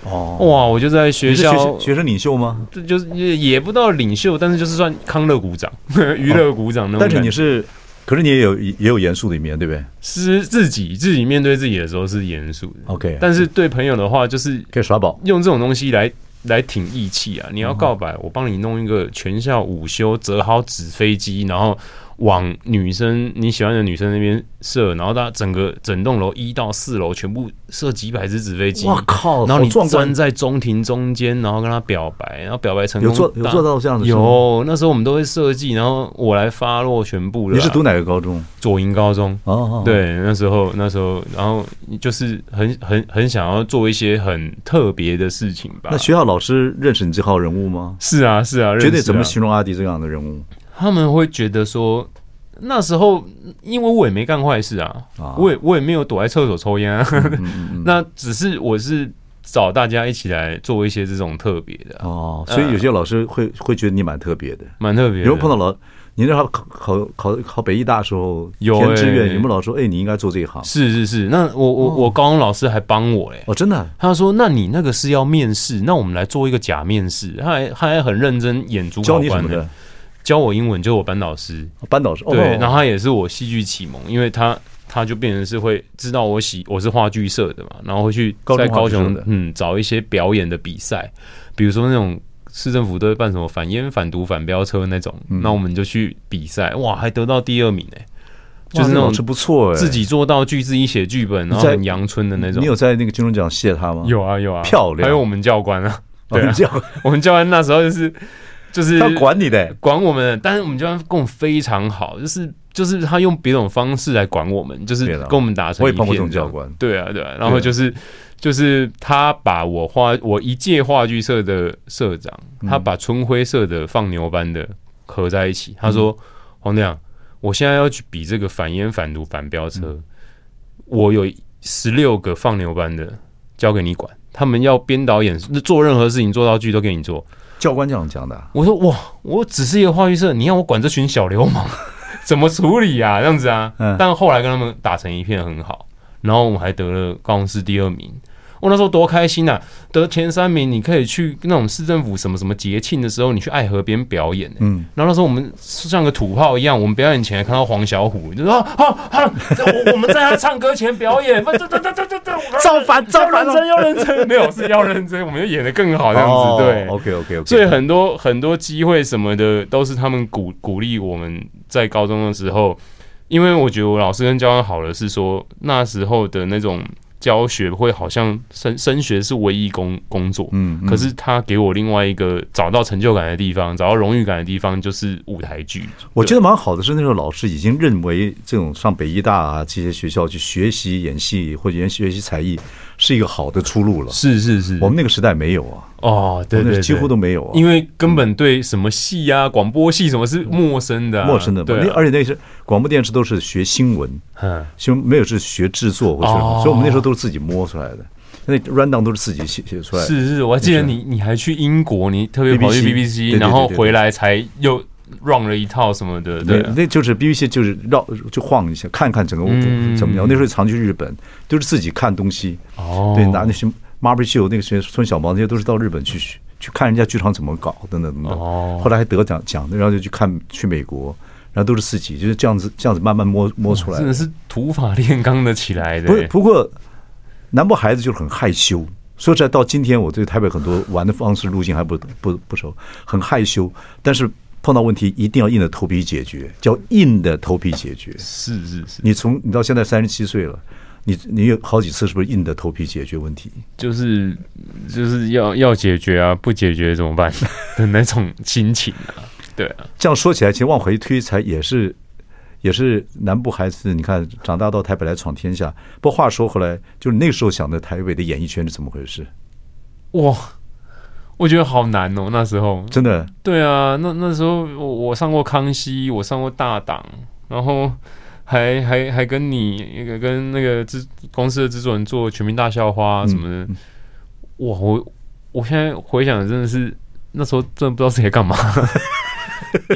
Speaker 1: 哦，
Speaker 2: 哇，我就
Speaker 1: 嗯
Speaker 2: 在
Speaker 1: 你
Speaker 2: 学
Speaker 1: 是
Speaker 2: 校
Speaker 1: 学生学生领袖吗？
Speaker 2: 这就是也也不到领袖，但是就是算康乐股长、 娱乐股长那种感
Speaker 1: 但
Speaker 2: 觉。
Speaker 1: 是你是，可是你也有也有严肃的一面，对不对
Speaker 2: 是自己自己面对自己的时候是严肃的，
Speaker 1: ？OK，
Speaker 2: 但是对朋友的话，就是
Speaker 1: 可以耍宝。
Speaker 2: 用这种东西来来挺义气啊！你
Speaker 1: 嗯
Speaker 2: 要告白，我帮你弄一个全校午休折好纸飞机，然后往女生你喜欢的女生那边射，然后大家整个整栋楼一到四楼全部射几百只纸飞机。
Speaker 1: 哇靠！
Speaker 2: 然后
Speaker 1: 好
Speaker 2: 你
Speaker 1: 壮观
Speaker 2: 站，在中庭中间，然后跟他表白，然后表白成功，
Speaker 1: 有做有做到这样的事吗
Speaker 2: 有，那时候我们都会设计，然后我来发落全部了。
Speaker 1: 你是读哪个高中？
Speaker 2: 左营高中？
Speaker 1: 哦哦，哦，
Speaker 2: 对，那时候那时候，然后就是很很很想要做一些很特别的事情吧。
Speaker 1: 那学校老师认识你这号人物吗？
Speaker 2: 是啊是啊，
Speaker 1: 觉
Speaker 2: 认识
Speaker 1: 得
Speaker 2: 啊
Speaker 1: 怎么形容阿迪这样的人物？
Speaker 2: 他们会觉得说，那时候因为我也没干坏事啊，
Speaker 1: 啊
Speaker 2: 我也我也没有躲在厕所抽烟啊，
Speaker 1: 嗯嗯嗯
Speaker 2: 那只是我是找大家一起来做一些这种特别的啊，
Speaker 1: 哦，所以有些老师会会觉得你蛮特别的。
Speaker 2: 蛮特别的。
Speaker 1: 有没有碰到老？你那时候考考考考北医大的时候，
Speaker 2: 有
Speaker 1: 填志愿有
Speaker 2: 欸
Speaker 1: 没有老师说，哎，你应该做这一行？
Speaker 2: 是是是，那我我、我高中老师还帮我嘞、欸
Speaker 1: 哦，真的啊
Speaker 2: 他说：“那你那个是要面试，那我们来做一个假面试。”他还他还很认真演主
Speaker 1: 教
Speaker 2: 考
Speaker 1: 你什
Speaker 2: 官
Speaker 1: 么
Speaker 2: 的
Speaker 1: 的，？
Speaker 2: 教我英文，就是我班导师。
Speaker 1: 哦班导师哦，
Speaker 2: 对，然后他也是我戏剧启蒙，因为他他就变成是会知道我喜我是话剧社的嘛，然后会去
Speaker 1: 高中
Speaker 2: 在
Speaker 1: 话
Speaker 2: 高
Speaker 1: 剧
Speaker 2: 雄
Speaker 1: 社的
Speaker 2: 嗯找一些表演的比赛，比如说那种市政府都会办什么反烟、反毒、反飙车那种，
Speaker 1: 嗯
Speaker 2: 那我们就去比赛，哇，还得到第二名哎、
Speaker 1: 哇
Speaker 2: 就是那
Speaker 1: 那老
Speaker 2: 种
Speaker 1: 师不错哎，
Speaker 2: 自己做道具、自己写剧本，然后
Speaker 1: 在
Speaker 2: 很阳春的那种
Speaker 1: 你。有在那个金钟奖谢他吗？
Speaker 2: 有啊有啊，
Speaker 1: 漂亮
Speaker 2: 还有我们教官啊，
Speaker 1: 哦，
Speaker 2: 对啊
Speaker 1: 这样
Speaker 2: 我们教官那时候就是就是
Speaker 1: 他管你的，哎
Speaker 2: 管我们，但是我们教官跟我们非常好，就是就是他用别种方式来管我们，就是
Speaker 1: 对啦
Speaker 2: 跟我们打
Speaker 1: 啊
Speaker 2: 成
Speaker 1: 我
Speaker 2: 一
Speaker 1: 也碰
Speaker 2: 片。
Speaker 1: 过这种教官
Speaker 2: 对啊对啊，然后就是就是他把我话我一届话剧社的社长，
Speaker 1: 嗯
Speaker 2: 他把春晖社的放牛班的合在一起，他
Speaker 1: 嗯
Speaker 2: 说黄亮，我现在要去比这个反烟反毒反飙车，
Speaker 1: 嗯
Speaker 2: 我有十六个放牛班的交给你管。他们要编导演做任何事情，做道具都给你做，
Speaker 1: 教官这样讲的啊，
Speaker 2: 我说哇，我只是一个话剧社，你要我管这群小流氓 怎么处理啊？这样子啊。
Speaker 1: 嗯
Speaker 2: 但后来跟他们打成一片很好，然后我们还得了高雄市第二名。我那时候多开心啊！得前三名，你可以去那种市政府什么什么节庆的时候，你去爱河边表演、欸。
Speaker 1: 嗯，
Speaker 2: 然后那时候我们像个土炮一样，我们表演前还看到黄小虎，就说 啊啊啊！我我们在他唱歌前表 演，不，这这这这这这，
Speaker 1: 造反造
Speaker 2: 要
Speaker 1: 反
Speaker 2: 认
Speaker 1: 了
Speaker 2: 真要认真，没有是要认真，我们就演得更 好这样子，
Speaker 1: 哦
Speaker 2: 对。
Speaker 1: ，OK OK OK，
Speaker 2: 所以很多很多机会什么的，都是他们鼓鼓励我们在高中的时候因为我觉得我老师跟教官好的是说那时候的那种教学会好像升升学是唯一工工作，
Speaker 1: 嗯，嗯
Speaker 2: 可是他给我另外一个找到成就感的地方，找到荣誉感的地方就是舞台剧。
Speaker 1: 我觉得蛮好的是，那时候老师已经认为这种上北医大啊这些学校去学习演戏或者研学习才艺是一个好的出路了。
Speaker 2: 是是是
Speaker 1: 我们那个时代没有啊，
Speaker 2: 哦，对
Speaker 1: 我们
Speaker 2: 对
Speaker 1: 那
Speaker 2: 对，
Speaker 1: 几乎都没有啊，
Speaker 2: 因为根本对什么戏啊、广播戏什么是陌生的啊、
Speaker 1: 陌生的嘛。
Speaker 2: 对啊、
Speaker 1: 那而且那是广播电视都是学新闻，
Speaker 2: 嗯，
Speaker 1: 新闻没有是学制作或者什么
Speaker 2: 哦
Speaker 1: 所以我们那时候都是自己摸出来的，那 run down 都是自己写写出来的。
Speaker 2: 是是，我还记得你，你还去英国，你特别跑去
Speaker 1: BBC 对
Speaker 2: BBC，
Speaker 1: 对
Speaker 2: 然后
Speaker 1: 对对
Speaker 2: 回来才又 run 了一套什么的，对
Speaker 1: 那，那就是 BBC 就是绕就晃一下，看看整个
Speaker 2: 嗯
Speaker 1: 怎么样。那时候常去日本，都是自己看东西，
Speaker 2: 哦，
Speaker 1: 对，拿那些 Marvel 秀那个些孙小毛那些都是到日本去学去看人家剧场怎么搞，等等等等。
Speaker 2: 哦
Speaker 1: 后来还得奖奖的，然后就去看去美国，然后都是自己就是这样子这样子慢慢摸摸出来
Speaker 2: 真
Speaker 1: 的
Speaker 2: 的。是土法炼钢的起来的，
Speaker 1: 不不过，南部孩子就是很害羞。说实在，到今天我对台北很多玩的方式路径还不不不熟，很害羞。但是碰到问题一定要硬着头皮解决，叫硬的头皮解决。
Speaker 2: 是是是，
Speaker 1: 你从你到现在三十七岁了，你你有好几次是不是硬着头皮解决问题？
Speaker 2: 就是就是要要解决啊，不解决怎么办 的那种心情啊，对啊，
Speaker 1: 这样说起来，其实往回推才也是也是南部孩子，你看长大到台北来闯天下。不过话说回来，就是那个时候想的台北的演艺圈是怎么回事？
Speaker 2: 哇，我觉得好难哦，那时候
Speaker 1: 真的，
Speaker 2: 对啊，那那时候我我上过康熙，我上过大档，然后还还还跟你那个跟那个制公司的制作人做全民大笑话什么
Speaker 1: 嗯
Speaker 2: 的。哇，我我现在回想真的是那时候真的不知道自己在 干嘛，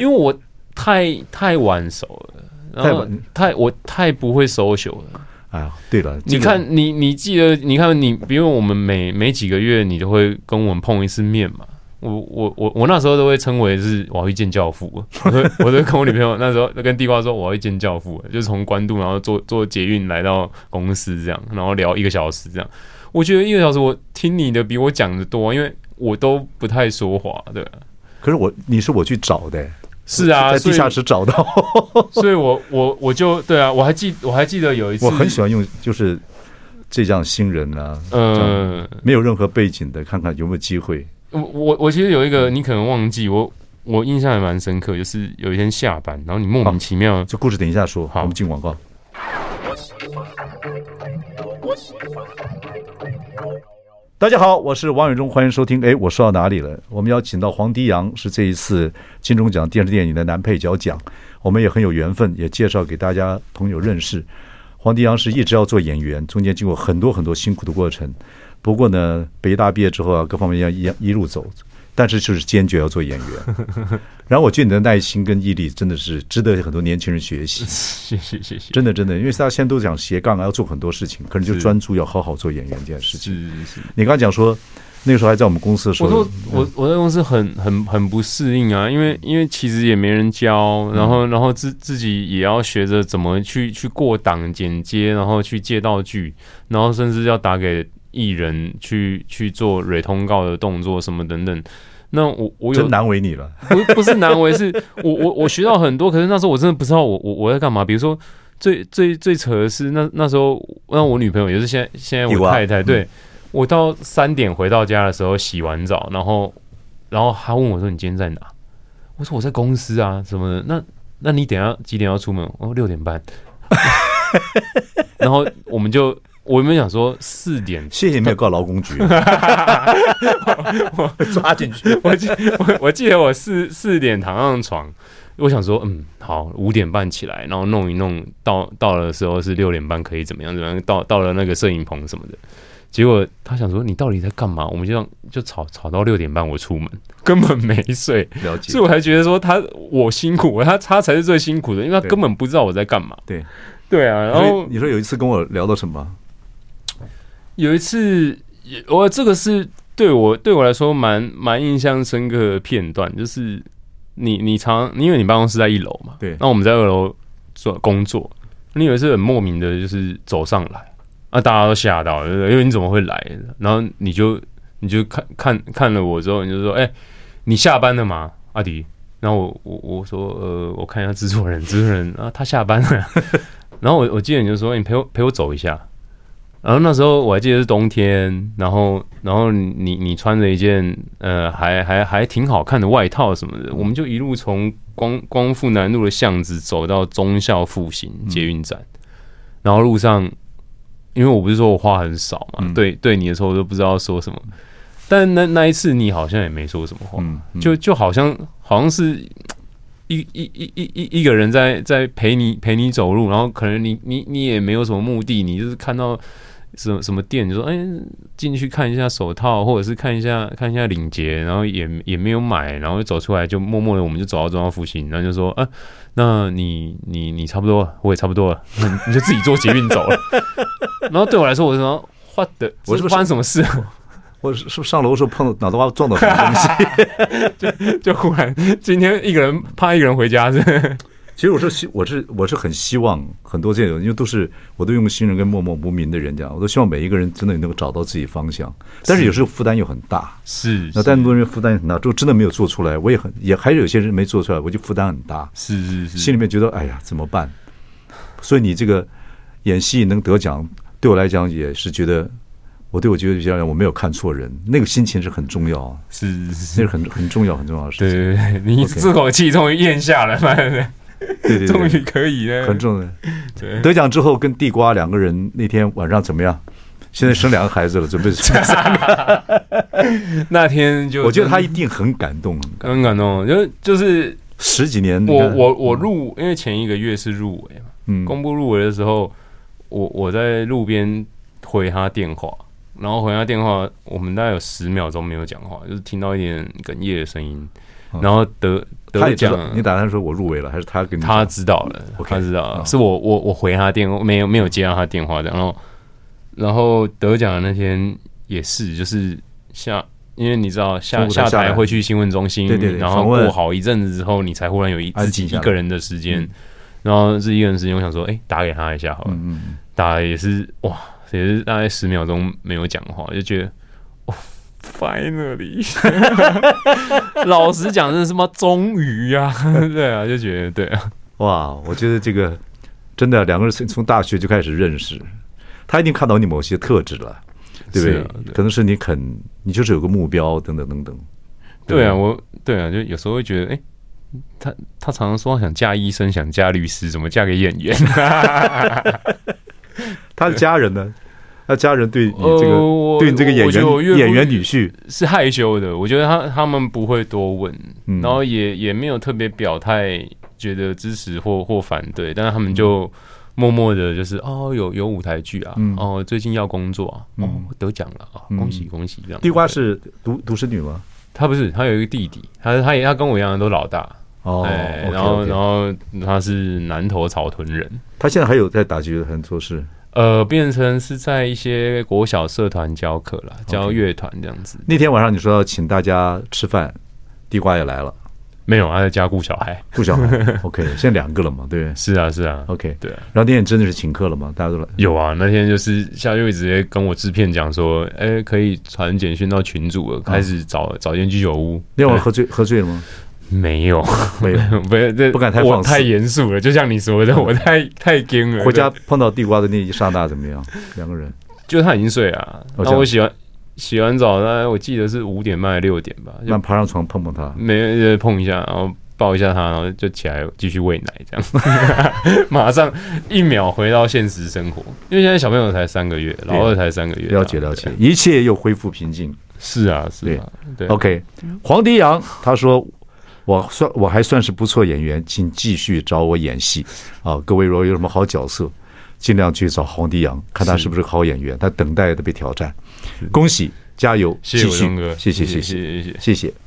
Speaker 2: 因为我太太晚熟了。然
Speaker 1: 太
Speaker 2: 后
Speaker 1: 晚
Speaker 2: 太我太不会 social 了。
Speaker 1: 哎呀，对了，
Speaker 2: 你
Speaker 1: 这个
Speaker 2: 看，你你记得，你看你，因为我们每每几个月你都会跟我们碰一次面嘛。我我我我那时候都会称为是我要去见教父， 我都我都跟我女朋友那时候跟地瓜说我要去见教父，就是从关渡然后坐坐捷运来到公司这样，然后聊一个小时这样。我觉得一个小时我听你的比我讲的多，因为我都不太说话，对吧？
Speaker 1: 可是我你是我去找的，
Speaker 2: 是啊，
Speaker 1: 在
Speaker 2: 所
Speaker 1: 地
Speaker 2: 以
Speaker 1: 下室 找到。
Speaker 2: 所以我我我就对啊，我还记我还记得有一次，
Speaker 1: 我很喜欢用就是这样新人啊，
Speaker 2: 呃，
Speaker 1: 没有任何背景的，看看有没有机会。
Speaker 2: 我我我其实有一个你可能忘记，我我印象还蛮深刻，就是有一天下班，然后你莫名其妙，
Speaker 1: 这故事等一下说，
Speaker 2: 好
Speaker 1: 我们进广告。大家好，我是王伟忠，欢迎收听。哎，我说到哪里了？我们邀请到黄迪阳，是这一次金钟奖电视电影的男配角奖，我们也很有缘分，也介绍给大家朋友认识。黄迪阳是一直要做演员，中间经过很多很多辛苦的过程。不过呢，北大毕业之后啊，各方面要一一路走，但是就是坚决要做演员。 然后我觉得你的耐心跟毅力真的是值得很多年轻人学习，
Speaker 2: 谢谢谢谢，
Speaker 1: 真的真的，因为大家现在都讲斜杠啊，要做很多事情，可能就是专注要好好做演员这件事情。
Speaker 2: 是是是，
Speaker 1: 你刚才讲说，那个时候还在我们公司的时
Speaker 2: 我
Speaker 1: 候
Speaker 2: 说，嗯我我在公司很很很不适应啊，因为因为其实也没人教，然后然后自自己也要学着怎么去去过档剪接，然后去借道具，然后甚至要打给艺人去去做蕊通告的动作什么等等。那我我有
Speaker 1: 真难为你了。
Speaker 2: 不不是难为，是我我我学到很多，可是那时候我真的不知道我我我在干嘛。比如说最最最扯的是那那时候，那我女朋友也是现在现在
Speaker 1: 有
Speaker 2: 我
Speaker 1: 啊
Speaker 2: 太太，对我到三点回到家的时候洗完澡，然后然后她问我说你今天在哪？我说我在公司啊什么的。那那你等一下几点要出门？哦六点半。 然后我们就我们想说四点
Speaker 1: 谢谢你没有告劳工 局，抓进去。
Speaker 2: 我记我我记得我四四点躺上床，我想说，嗯，好，五点半起来，然后弄一弄，到到了时候是六点半，可以怎么样怎么样？到到了那个摄影棚什么的，结果他想说你到底在干嘛？我们就让就吵吵到六点半，我出门 根本没睡，
Speaker 1: 了解
Speaker 2: 所以。我才觉得说他我辛苦，他他才是最辛苦的，因为他
Speaker 1: 对
Speaker 2: 根本不知道我在干嘛。
Speaker 1: 对，
Speaker 2: 对啊，然
Speaker 1: 然
Speaker 2: 后
Speaker 1: 后你说有一次跟我聊到什么？
Speaker 2: 有一次，也我这个是对我对我来说蛮蛮印象深刻的片段，就是你你常因为你办公室在一楼嘛，
Speaker 1: 对
Speaker 2: 那我们在二楼做工作，你有一次很莫名的就是走上来，啊，大家都吓到了，因为你怎么会来？然后你就你就看看看了我之后，你就说，哎、你下班了吗，阿迪？然然后我我我说呃，我看一下制作人，制作人啊，他下班了。 然后我我记得你就说、欸你陪我陪我走一下。然后那时候我还记得是冬天，然后然后你你穿着一件呃还还还挺好看的外套什么的，我们就一路从光光复南路的巷子走到忠孝复兴
Speaker 1: 嗯
Speaker 2: 捷运站，然后路上因为我不是说我话很少嘛，
Speaker 1: 嗯
Speaker 2: 对对你的时候我都不知道说什么，但那那一次你好像也没说什么话，
Speaker 1: 嗯，嗯
Speaker 2: 就就好像好像是一一一一一一个人在在陪你陪你走路，然后可能你你你也没有什么目的，你就是看到什么什么店，你说哎进去看一下手套，或者是看一下看一下领结，然后也也没有买，然后走出来就默默的我们就走到中央复兴，然后就说啊，那你你你差不多了，我也差不多了，那你你就自己坐捷运走了。 然后对我来说，我就说 what the，
Speaker 1: 我是不是
Speaker 2: 发生什么事？
Speaker 1: 我是是不是上楼的时候碰到脑袋瓜撞到什么东西？
Speaker 2: 就忽然今天一个人怕一个人回家是不是。
Speaker 1: 其实我是希我是我是很希望很多这种，因为都是我都用新人跟默默无名的人讲，我都希望每一个人真的能够找到自己方向，但是有时候负担又很大。
Speaker 2: 是，
Speaker 1: 那但很多人负担也很大，就真的没有做出来，我也很也还是有些人没做出来，我就负担很大，
Speaker 2: 是是是，
Speaker 1: 心里面觉得哎呀怎么办？所以你这个演戏能得奖，对我来讲也是觉得，我对我觉得觉得我没有看错人，那个心情是很重要，
Speaker 2: 是是是，
Speaker 1: 那是很很重要很重要的事
Speaker 2: 对
Speaker 1: 情。
Speaker 2: 对对，你
Speaker 1: OK
Speaker 2: 这口气终于咽 下了，反正
Speaker 1: 对对对，
Speaker 2: 终于可以了，
Speaker 1: 很重要。
Speaker 2: 对
Speaker 1: 得奖之后跟地瓜两个人那天晚上怎么样？现在生两个孩子了，准备生第三个。
Speaker 2: 那天就
Speaker 1: 我觉得他一定很感动，
Speaker 2: 很感动，就就是
Speaker 1: 十几年。你
Speaker 2: 我
Speaker 1: 看
Speaker 2: 我我入，因为前一个月是入围嘛，
Speaker 1: 嗯
Speaker 2: 公布入围的时候，我我在路边回他电话。然后回他电话，我们大概有十秒钟没有讲话，就是听到一点哽咽的声音。
Speaker 1: 嗯
Speaker 2: 然后得
Speaker 1: 他
Speaker 2: 得
Speaker 1: 也知
Speaker 2: 奖
Speaker 1: 道，你打算说我入围了，还是他跟你
Speaker 2: 他
Speaker 1: 讲？
Speaker 2: 知道了
Speaker 1: OK，
Speaker 2: 他知道了，
Speaker 1: 嗯
Speaker 2: 是我我我回他电话，没有没有接到他电话的，然后然后得奖的那天也是，就是下，因为你知道下
Speaker 1: 中午才
Speaker 2: 下
Speaker 1: 下来
Speaker 2: 台会去新闻中心，
Speaker 1: 对对对
Speaker 2: 然后
Speaker 1: 访问
Speaker 2: 过好一阵子之后，你才忽然有一
Speaker 1: 安
Speaker 2: 自
Speaker 1: 静
Speaker 2: 己
Speaker 1: 下
Speaker 2: 一
Speaker 1: 来
Speaker 2: 个人的时间
Speaker 1: 嗯，
Speaker 2: 然后是一个人的时间，我想说，哎，打给他一下好了，
Speaker 1: 嗯嗯，
Speaker 2: 打也是哇，也是大概十秒钟没有讲话，就觉得。哦 Finally，老实讲，真的是妈终于呀，对啊， 就觉得对啊，
Speaker 1: 哇，我觉得这个真的两个人从从大学就开始认识，他一定看到你某些特质了，对不
Speaker 2: 是
Speaker 1: 对
Speaker 2: 啊？对
Speaker 1: 可能是你肯，你就是有个目标，等等等等。
Speaker 2: 对啊，我对啊，就有时候会觉得，哎、他他常常说他想嫁医生，想嫁律师，怎么嫁给 演员？
Speaker 1: 他的家人呢？他家人对你这
Speaker 2: 呃
Speaker 1: 个，
Speaker 2: 我
Speaker 1: 对你这个演
Speaker 2: 我觉得我岳
Speaker 1: 员
Speaker 2: 父
Speaker 1: 演员女婿，
Speaker 2: 是害羞的，我觉得他他们不会多问，
Speaker 1: 嗯
Speaker 2: 然后也也没有特别表态，觉得支持或或反对，但是他们就默默的，就是哦，有有舞台剧啊，
Speaker 1: 嗯
Speaker 2: 哦，最近要工作啊，哦
Speaker 1: 嗯，
Speaker 2: 得奖了啊，
Speaker 1: 嗯
Speaker 2: 恭喜恭喜这样。
Speaker 1: 地瓜
Speaker 2: 对
Speaker 1: 是独独生女吗？
Speaker 2: 他不是，他有一个弟弟，他他也他跟我一样都老大，
Speaker 1: 哦
Speaker 2: 哎，
Speaker 1: ，OK，
Speaker 2: 然后
Speaker 1: OK
Speaker 2: 然后他是南投草屯人。
Speaker 1: 他现在还有在打击很多事。
Speaker 2: 呃，变成是在一些国小社团教课啦，教乐团这样子。
Speaker 1: 那天晚上你说要请大家吃饭，地瓜也来了，
Speaker 2: 没有，他在家顾小孩。
Speaker 1: 顾小 孩，OK，现在两个了嘛，对不对
Speaker 2: 是啊，是啊。
Speaker 1: ？OK，
Speaker 2: 对啊，
Speaker 1: 然后那天真的是请客了嘛，大家都来，
Speaker 2: 有啊。那天就是夏月直接跟我制片讲说，哎、可以传简讯到群主了，开始找、找间居酒屋。
Speaker 1: 那晚喝醉喝醉了吗？
Speaker 2: 没有，
Speaker 1: 没有，
Speaker 2: 不是，这
Speaker 1: 不敢太
Speaker 2: 我
Speaker 1: 放肆
Speaker 2: 太严肃了。就像你说 的，我太太硬了。
Speaker 1: 回家碰到地瓜的那一刹那怎么样？两个人
Speaker 2: 就他已经睡了啊、
Speaker 1: 哦
Speaker 2: 那
Speaker 1: 这
Speaker 2: 我
Speaker 1: 样
Speaker 2: 洗完洗完澡，那我记得是五点半还六点吧， 就
Speaker 1: 慢爬上床碰碰他，
Speaker 2: 没就碰一下，然后抱一下他，然后就起来继续喂奶，这样， 马上一秒回到现实生活。因为现在小朋友才三个月，
Speaker 1: 啊
Speaker 2: 老二才三个月，
Speaker 1: 了解
Speaker 2: 对
Speaker 1: 了解，一切又恢复平静。
Speaker 2: 是啊，是啊，对嗯
Speaker 1: OK，黄迪阳他说。我算我还算是不错演员，请继续找我演戏啊！各位如果有什么好角色，尽量去找黄迪阳，看他
Speaker 2: 是
Speaker 1: 是不是个好演员。他等待的被挑战，恭喜加油，
Speaker 2: 谢谢
Speaker 1: 继
Speaker 2: 伟
Speaker 1: 续
Speaker 2: 忠哥，
Speaker 1: 谢谢
Speaker 2: 谢
Speaker 1: 谢谢
Speaker 2: 谢谢谢。
Speaker 1: 谢谢。